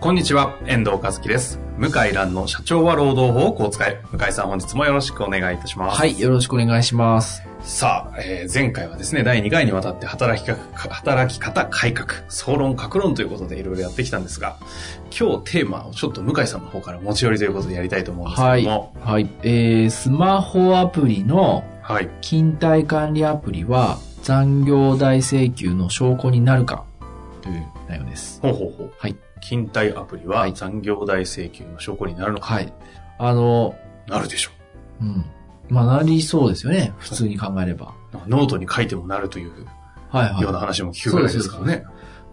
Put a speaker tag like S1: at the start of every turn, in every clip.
S1: こんにちは、遠藤和樹です。向井蘭の社長は労働法をこう使え。向井さん本日もよろしくお願いいたします。
S2: はい、よろしくお願いします。
S1: さあ、えー前回はですね、第2回にわたって働きか働き方改革、総論、格論ということでいろいろやってきたんですが、今日テーマをちょっと向井さんの方から持ち寄りということでやりたいと思うんですけ
S2: はい。
S1: ども、
S2: はい。えー、スマホアプリの
S1: はい。
S2: 勤怠管理アプリは残業代請求の証拠になるかという内容です。
S1: ほうほうほう。
S2: はい。
S1: 勤怠アプリ
S2: は
S1: はい残業代請求の証拠になるのか、
S2: はい。あの、
S1: なるでしょ
S2: うん。まあ、なりそうですよね。普通に考えれば。
S1: う。なんかノートに書いてもなるという
S2: はいはい。
S1: ような話も聞くぐらいですからね。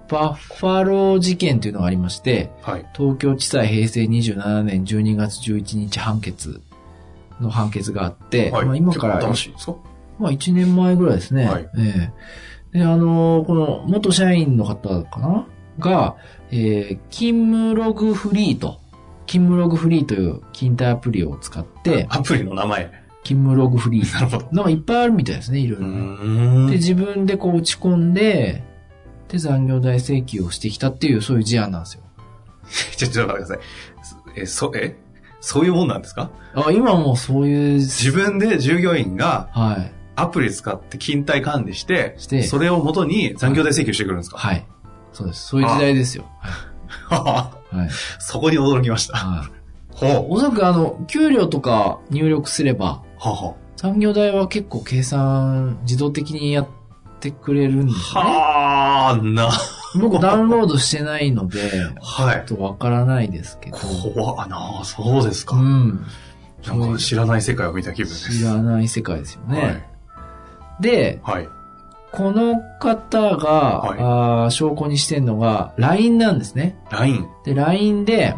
S2: バッファロー事件というのがありまして、
S1: はい。
S2: 東京地裁平成27年12月11日判決の判決があって、
S1: はい。
S2: まあ今から
S1: 結構楽しいですか
S2: まあ、1年前ぐらいですね。
S1: はい
S2: ええで、あのーこの、元社員の方かなが、えー勤務ログフリーと、勤務ログフリーという勤怠アプリを使って、
S1: アプリの名前。
S2: 勤務ログフリー。
S1: なるほど。
S2: なんかいっぱいあるみたいですね、いろいうろね、
S1: ーん
S2: で、自分でこう打ち込んで、で、残業代請求をしてきたっていう、そういう事案なんですよ。
S1: ちょ、ちょっと待ってください。え、そ、えそういうもんなんですか
S2: あ、今もうそういう、
S1: 自分で従業員が
S2: はい、
S1: アプリ使って勤怠管理して、
S2: して
S1: それを元に残業代請求してくるんですか、
S2: はい。そうです。そういう時代ですよ。はい。
S1: そこに驚きました。
S2: はい。
S1: ほう。
S2: おそらくあの、給料とか入力すれば、
S1: はは。
S2: 産業代は結構計算自動的にやってくれるんですね。
S1: はあ、な、
S2: 僕ダウンロードしてないので、
S1: はい。
S2: ちょっとわからないですけど。
S1: 怖っなそうですか。
S2: うん。
S1: なんか知らない世界を見た気分です。
S2: 知らない世界ですよね。で、
S1: はい。はい。
S2: この方が、
S1: はい
S2: あー証拠にしてんのが LINE なんですね。
S1: LINE。
S2: で、LINE で、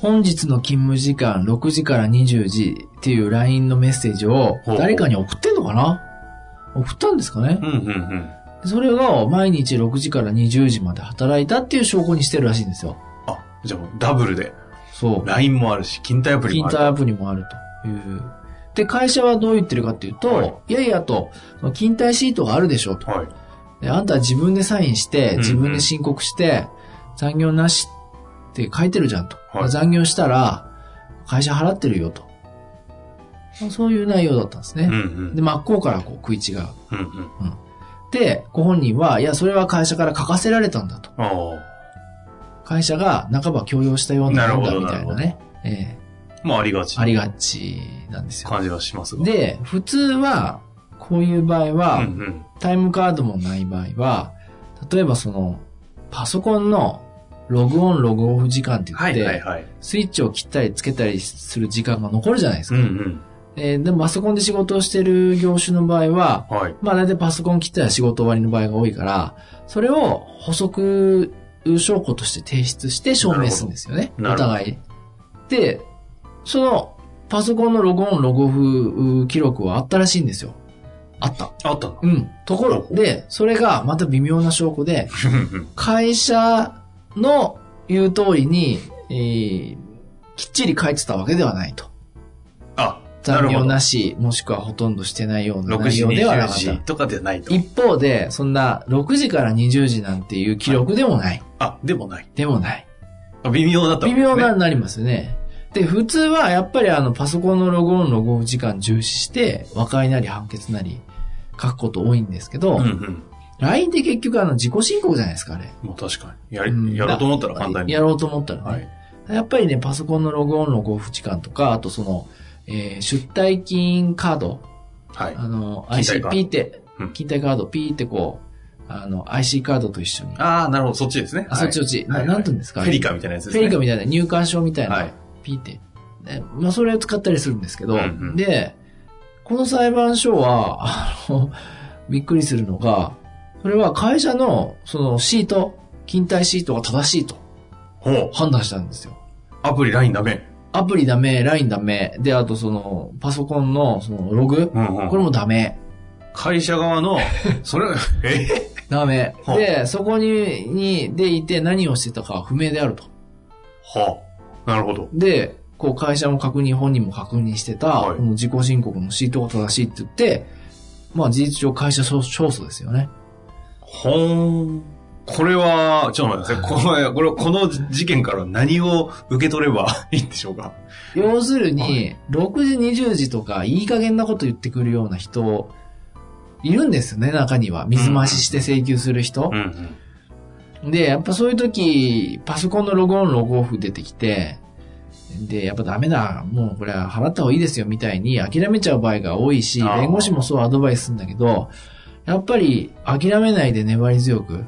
S2: 本日の勤務時間6時から20時っていう LINE のメッセージを
S1: ほう
S2: 誰かに送ってんのかな送ったんですかね
S1: うんうんうん。
S2: それが毎日6時から20時まで働いたっていう証拠にしてるらしいんですよ。
S1: あ、じゃあもうダブルで。
S2: そう。
S1: LINE もあるし、勤怠アプリも
S2: 勤
S1: ある。
S2: 怠アプリもあるという。で、会社はどう言ってるかっていうと、
S1: はい
S2: い、やいやと、その勤怠シートがあるでしょと。
S1: はい。
S2: であんたは自分でサインして
S1: う、ん
S2: 自分で申告して、残業なしって書いてるじゃんと。
S1: はい
S2: 残業したら、会社払ってるよと。まあそういう内容だったんです
S1: うんう
S2: ね。
S1: ん。
S2: で、真っ向からこう食い違う。
S1: うんうん。
S2: で、ご本人は、いや、それは会社から書かせられたんだと。
S1: ああ。
S2: 会社が半ば強要したようなもん
S1: なる
S2: だ
S1: ほど
S2: みたいなね。え
S1: まあ、ありがち
S2: えありがちなんですよ。
S1: 感じはしますが。
S2: で、普通は、こういう場合
S1: うん
S2: は、
S1: うん。
S2: タイムカードもない場合は、例えばその、パソコンのログオン、ログオフ時間って言
S1: は
S2: っ
S1: い
S2: て、
S1: はいはい。
S2: スイッチを切ったりつけたりする時間が残るじゃないです
S1: う
S2: か。
S1: んうん。
S2: えーでもパソコンで仕事をしてる業種の場合は、
S1: はい。
S2: まあ大体パソコン切ったら仕事終わりの場合が多いから、それを補足証拠として提出して証明するんですよね。
S1: な
S2: お
S1: るほど
S2: 互い。で、そのパソコンのログオン、ログオフ記録はあったらしいんですよ。あった。
S1: あったの
S2: うん。ところで、それがまた微妙な証拠で、会社の言う通りに、えーきっちり書いてたわけではないと。
S1: あ、なる
S2: 残
S1: ほ
S2: 業
S1: ど。
S2: なし、もしくはほとんどしてないような
S1: 6
S2: 内
S1: 時
S2: 容では
S1: 20
S2: なかっ
S1: 時
S2: た。
S1: とかではないと。
S2: 一方で、そんな6時から20時なんていう記録でもない。
S1: あ、でもない。
S2: でもない。
S1: あ微妙だったわ
S2: 微
S1: けです
S2: 妙
S1: ね
S2: な、なりますよね。で、普通はやっぱりあの、パソコンのログオン、ログオフ時間重視して、和解なり判決なり書くこと多いんですけど、
S1: うんうん。
S2: LINE って結局あの、自己申告じゃないですか、あれ。
S1: もう確かに。や
S2: うん
S1: り、やろうと思ったら簡単に。
S2: やろうと思ったらね。
S1: はい。
S2: やっぱりね、パソコンのログオン、ログオフ時間とか、あとその、えー出退勤カード、
S1: はい。
S2: あの、
S1: 勤
S2: IC、
S1: 怠カード
S2: ピーって
S1: うん、
S2: 勤怠カード、ピーってこう、あの、IC カードと一緒に。あ、
S1: ああ、なるほど。そっちですね。
S2: そっちそ
S1: はい
S2: っち。
S1: は
S2: ななんて言うんですか
S1: フェリカみたいなやつです
S2: フェ
S1: ね。
S2: リカみたいな、入館証みたいな、
S1: はい
S2: ピーって。ねまあ、それを使ったりするんですけど、
S1: うんうん
S2: で、この裁判所は、あの、びっくりするのが、それは会社の、そのシート、勤怠シートが正しいと
S1: ほう。
S2: 判断したんですよ。
S1: アプリ LINE ダメ。
S2: アプリダメ、LINE ダメ、で、あとその、パソコンの、その、ログ、
S1: うんうん
S2: これもダメ、
S1: 会社側 の、それ、え
S2: ダメ。
S1: はあ
S2: で、そこに、に、でいて何をしてたかは不明であると。
S1: はあ、なるほど。
S2: で、こう会社も確認、本人も確認してた、
S1: はい
S2: この自己申告のシートが正しいって言って、まあ事実上会社勝勝訴ですよね。
S1: ほーん。これは、ちょっと待ってくだ さい。これ、これ、この事件から何を受け取れば いいんでしょうか
S2: 要するに、
S1: は
S2: 6時、20時とかいい加減なこと言ってくるような人、いるんですよね、中には。水増しして請求する人。
S1: ん。
S2: で、やっぱそういう時、パソコンのログオン、ログオフ出てきて、で、やっぱダメだ、もうこれは払った方がいいですよみたいに諦めちゃう場合が多いし、
S1: あー
S2: 弁護士もそうアドバイスするんだけど、やっぱり諦めないで粘り強く、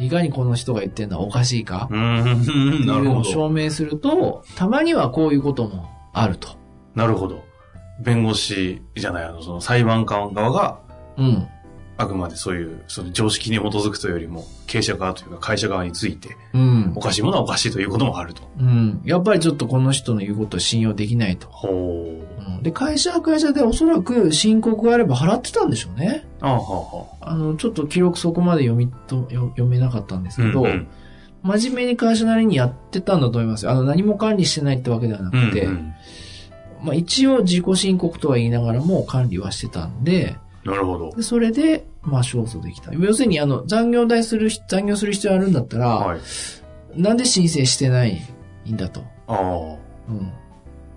S2: いかにこの人が言ってるのはおかしいか、
S1: うん、な
S2: っていう
S1: る
S2: の
S1: ほ
S2: を
S1: ど。
S2: 証明すると、たまにはこういうこともあると。
S1: なるほど。弁護士じゃない、あの、その裁判官側が、
S2: うん。
S1: あくまでそういう、その常識に基づくというよりも、経営者側というか会社側について、
S2: うん
S1: お。かしいものはおかしいということもあると。
S2: うん。やっぱりちょっとこの人の言うことを信用できないと。
S1: ほう。
S2: うんで、会社は会社でおそらく申告があれば払ってたんでしょうね。
S1: ああ、はあ、はあ。
S2: あの、ちょっと記録そこまで読みと、読読めなかったんですけ
S1: う
S2: ど、
S1: んうん
S2: 真面目に会社なりにやってたんだと思いますよ。あの、何も管理してないってわけではなくて、
S1: うんうん
S2: まあ一応自己申告とは言いながらも管理はしてたんで、
S1: なるほど。
S2: でそれで、まあ勝訴できた。要するに、あの、残業代する、残業する必要あるんだったら、
S1: はい。
S2: なんで申請してないんだと。
S1: ああ。
S2: うん。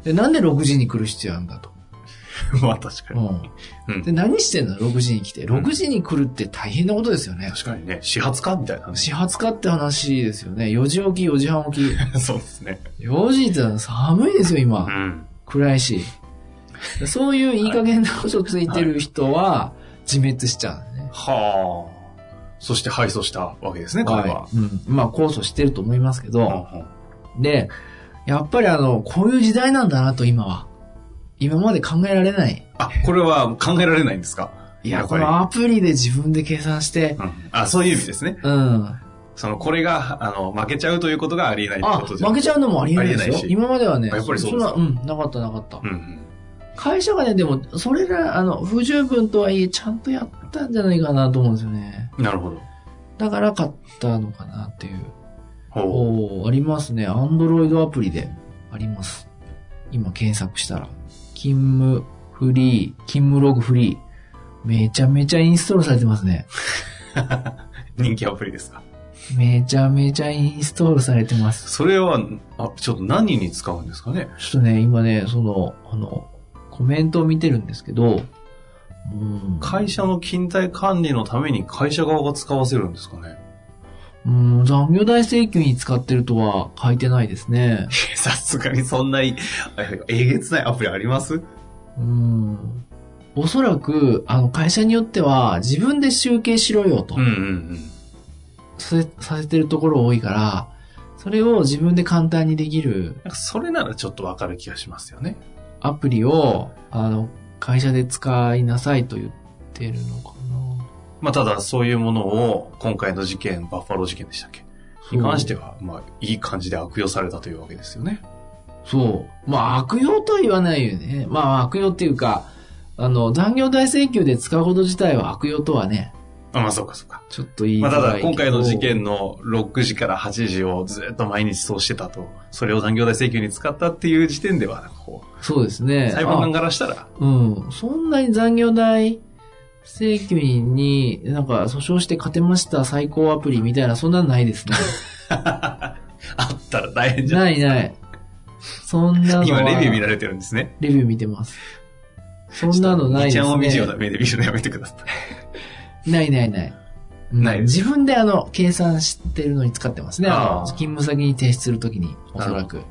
S2: で、なんで6時に来る必要あるんだと。
S1: まあ確かに。
S2: う
S1: うん
S2: ん。で、何してんの ?6 時に来て。
S1: うん
S2: 6時に来るって大変なことですよね。
S1: 確かにね、始発かみたいなね。
S2: 始発かって話ですよね。4時起き、4時半起き。
S1: そうですね。
S2: 4時ってのは寒いですよ、
S1: う
S2: 今。
S1: ん。
S2: 暗いし。そういういい加減なことついてる人は、自滅しちゃうんだね。
S1: はあ。そして敗訴したわけですね、彼は。
S2: い。うん。まあ、控訴してると思いますけど。
S1: うんうん
S2: で、やっぱりあの、こういう時代なんだなと、今は。今まで考えられない。
S1: あ、これは考えられないんですか
S2: いや、
S1: こ
S2: こ
S1: れ。
S2: のアプリで自分で計算して、
S1: うんあ、そういう意味ですね。
S2: うん。
S1: その、これが、あの、負けちゃうということがありえない
S2: あ、
S1: ことじゃ
S2: 負けちゃうのもありえないで
S1: あり
S2: す
S1: え
S2: よ
S1: ない。し
S2: 今まではね、
S1: あやっぱりそうですか
S2: んなうん、なかったなかった。
S1: うんうん。
S2: 会社がね、でも、それら、あの、不十分とはいえ、ちゃんとやったんじゃないかなと思うんですよね。
S1: なるほど。
S2: だから買ったのかなっていう。
S1: ほう。
S2: おーありますね。アンドロイドアプリであります。今検索したら。勤務フリー、勤務ログフリー。めちゃめちゃインストールされてますね。
S1: 人気アプリですか
S2: めちゃめちゃインストールされてます。
S1: それは、あ、ちょっと何に使うんですかね
S2: ちょっとね、今ね、その、あの、コメントを見てるんですけど、うん、
S1: 会社の勤怠管理のために会社側が使わせるんですかね
S2: うん、残業代請求に使ってるとは書いてないですね。
S1: さすがにそんなに、あえげつないアプリあります
S2: うん。おそらく、あの、会社によっては、自分で集計しろよと、
S1: ん
S2: させさせてるところ多いから、それを自分で簡単にできる
S1: なんかそれならちょっとわかる気がしますよね。
S2: アプリを、あの、会社で使いなさいと言ってるのかな。
S1: まあただそういうものを今回の事件、バッファロー事件でしたっけに関しては、まあいい感じで悪用されたというわけですよね。
S2: そう。まあ、悪用とは言わないよね。まあ、悪用っていうか、あの、残業代請求で使うこと自体は悪用とはね、
S1: あまあそうかそうか。
S2: ちょっと言いづ
S1: まあ
S2: らい
S1: た
S2: けど。
S1: だ今回の事件の6時から8時をずっと毎日そうしてたと、それを残業代請求に使ったっていう時点では、なんかこ
S2: そうです
S1: う、
S2: ね。
S1: 裁判官からしたら、
S2: あうん。そんなに残業代請求に、なんか、訴訟して勝てました最高アプリみたいな、そんなのないですね。
S1: あったら大変 じゃん。
S2: ないない。そんなのは。
S1: 今レビュー見られてるんですね。
S2: レビュー見てます。そんなのないです
S1: ち
S2: ね。
S1: ゃんを見るような目で見るのやめてください。
S2: ないないない。うん
S1: ないです
S2: 自分であの、計算してるのに使ってますね。あ
S1: あー
S2: の勤務先に提出するときに、おそらく。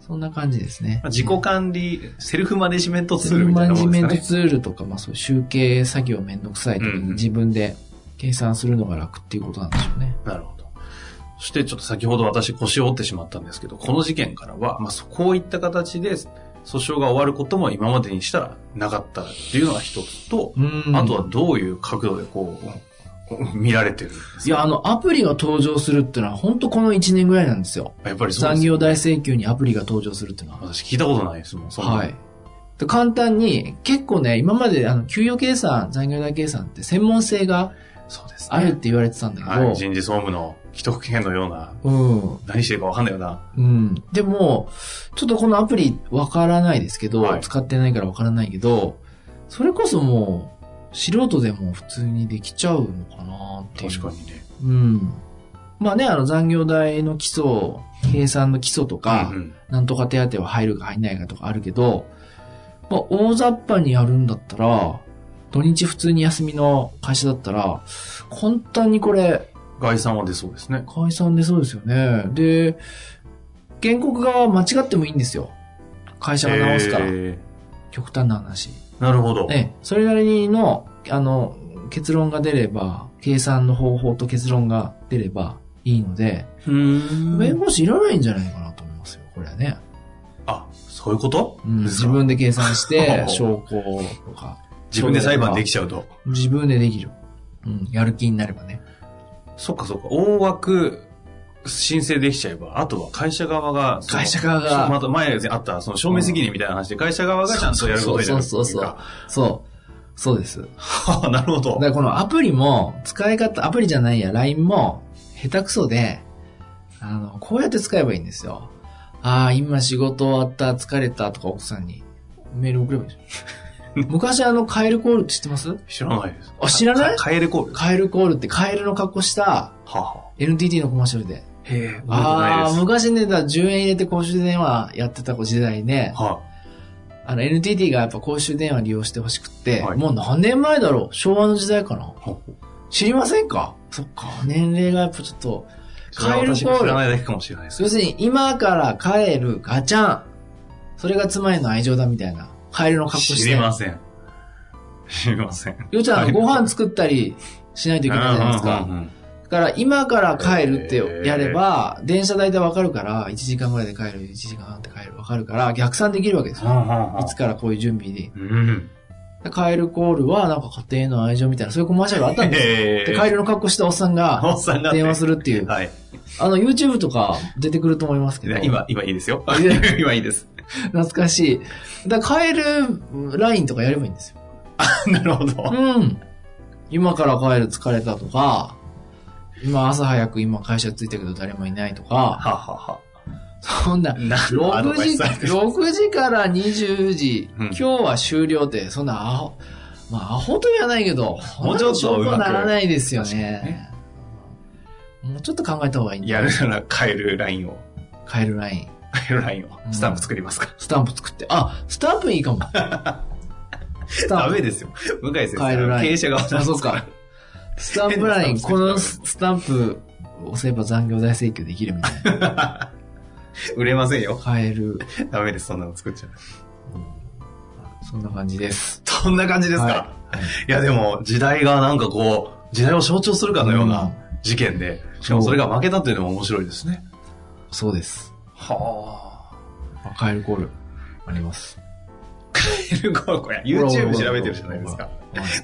S2: そんな感じですね
S1: まあ。自己管理、セルフマネジメントツ
S2: ツ
S1: ー
S2: ー
S1: ル
S2: ル
S1: みた
S2: マ
S1: いな
S2: ネジ
S1: もんで
S2: メ
S1: すか
S2: ント
S1: ね。
S2: ツールとか、まあそういう集計作業めんどくさいとき
S1: うん
S2: に
S1: うん
S2: 自分で計算するのが楽っていうことなんでしょうね。
S1: なるほど。そしてちょっと先ほど私腰を折ってしまったんですけど、この事件からは、まあ、そこういった形で訴訟が終わることも今までにしたらなかったっていうのが一つと、
S2: うん
S1: あとはどういう角度でこう、見られてるんで
S2: い
S1: すか
S2: や、あの、アプリが登場するってのは、本当この1年ぐらいなんですよ。
S1: やっぱりそうで
S2: 産
S1: す
S2: 業大請求にアプリが登場するってのは。
S1: 私聞いたことないですもん、そんな
S2: はい。で簡単に、結構ね、今まであの給与計算、残業代計算って専門性が
S1: そうですね。
S2: あるって言われてたんだけど、
S1: はい、人事総務の既得権のような、
S2: うん、
S1: 何してるかわかんないような。
S2: うん。でも、ちょっとこのアプリわからないですけど、
S1: はい
S2: 使ってないからわからないけど、それこそもう、素人でも普通にできちゃうのかなっていう。
S1: 確かにね。
S2: うん。まあね、あの残業代の基礎、計算の基礎とか、
S1: うんうん
S2: なんとか手当は入るか入んないかとかあるけど、まあ、大雑把にやるんだったら、土日普通に休みの会社だったら、簡単にこれ、
S1: 概算は出そうですね。
S2: 解散でそうですよね。で、原告側は間違ってもいいんですよ。会社が直すから。
S1: えー
S2: 極端な話。
S1: なるほど。
S2: ええ、それなりの、あの、結論が出れば、計算の方法と結論が出ればいいので、
S1: うーん
S2: 弁護士いらないんじゃないかなと思いますよ、これはね。
S1: あ、そういうこと、
S2: うん、
S1: です
S2: 自
S1: か
S2: 分で計算し て、
S1: ほう
S2: 証拠とか、
S1: 自分で裁判できちゃうと。
S2: 自分でできる。うん、やる気になればね。
S1: そっかそっか。大枠申請できちゃえば、あとは会社側が、その
S2: 会社側が
S1: また前あった、その証明責任みたいな話で、会社側がちゃんとやることになるっていか。
S2: そうそうそうそうそう。そうです。
S1: はあなるほど
S2: だか。らこのアプリも、使い方、アプリじゃないや、LINE も、下手くそで、あの、こうやって使えばいいんですよ。ああ、今仕事終わった、疲れたとか奥さんにメール送ればいいじゃ ん。昔あの、カエルコールって知ってます
S1: 知らないです。
S2: あ知らない
S1: か帰れコール。は
S2: カエルコールってカエルの格好した
S1: あは
S2: NTT のコマーシャルで。
S1: あ。へえ、覚えてな
S2: ああー、
S1: いです。
S2: 昔ね、だ10円入れて公衆電話やってた時代ね、
S1: は
S2: あの NTT がやっぱ公衆電話利用してほしくって、
S1: はい
S2: もう何年前だろう昭和の時代かな
S1: ほ
S2: 知りませんかそっか、年齢がやっぱちょっと、
S1: い。それは私が
S2: 帰るコール
S1: 知らないだけかもしれないです。
S2: 要するに今から帰るガチャン。それが妻への愛情だみたいな。カエルの格好して。
S1: 知りません。知りません。
S2: りょうちゃ
S1: は
S2: ん、
S1: い
S2: ご飯作ったりしないといけないじゃないですか
S1: うん。うんうん
S2: だから今から帰るってやれば、電車代でわかるから、1時間ぐらいで帰る、1時間半で帰る、わかるから、逆算できるわけです
S1: うんう
S2: よ。
S1: んうん
S2: いつからこういう準備に。
S1: うん。
S2: でカエルコールは、なんか家庭の愛情みたいな、そういうコマーシャルがあったんですよ。
S1: へ
S2: で、カエルの格好したおっさんが、
S1: おっさんだって
S2: 電話するっていう。
S1: はい。
S2: あの、YouTube とか出てくると思いますけど。
S1: 今、今いいですよ
S2: いや。
S1: 今いいです。
S2: 懐かしい。だから帰るラインとかやればいいんですよ。
S1: なるほど。
S2: うん。今から帰る疲れたとか、今朝早く今会社着いたけど誰もいないとか、
S1: ははは。
S2: そんな、
S1: なアド
S2: 6
S1: バイ
S2: 時、
S1: スされてる
S2: 6時から20時、
S1: うん
S2: 今日は終了って、そんなアホ、まあアホと言わないけど、
S1: もうちょっと
S2: そんな
S1: うまく
S2: ならないですよ
S1: 確かに
S2: ね
S1: ね。
S2: もうちょっと考えた方がいいんだ
S1: やるなら変えるラインを、
S2: 帰るライン。
S1: 変えるラインを、スタンプ作りますか。
S2: スタンプ作って。あ、スタンプい いかも。スタ
S1: ダ
S2: ンプ
S1: メですよ。向井先
S2: 変える
S1: 生、
S2: ライン
S1: 経営者側なん
S2: あ
S1: です
S2: そうか。スタンプライン、こ
S1: 変な
S2: の
S1: ス
S2: スタンプ押せば残業代請求できるみたいな。
S1: 売れませんよ。
S2: 買える。
S1: ダメです、そんなの作っちゃう。
S2: そんな感じです。
S1: そんな感じですか。
S2: はいはい
S1: い、や、でも、時代がなんかこう、時代を象徴するかのような事件で、しかもそれが負けたっていうのも面白いですね。
S2: そうです。
S1: はあ。
S2: あ買えるコール、あ ります。
S1: いるこれ YouTube 調べてるじゃないですか。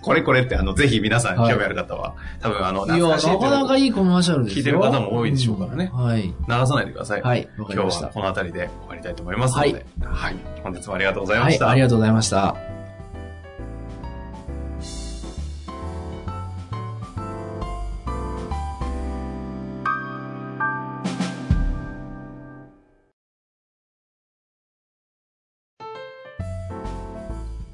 S1: これこれって、あの、ぜひ皆さん興味ある方は、多分あの、
S2: い
S1: 懐
S2: や、な
S1: かしい
S2: かなかいいコマーシャルですよ。
S1: 聞いてる方も多いでしょうからね
S2: んはい。
S1: 流さないでください。
S2: はい、わかり
S1: 今
S2: ま
S1: 日
S2: し
S1: は
S2: た。
S1: この辺りで終わりたいと思いますので、はい、本日もありがとうございま
S2: は
S1: し
S2: い、
S1: た。
S2: ありがとうございました。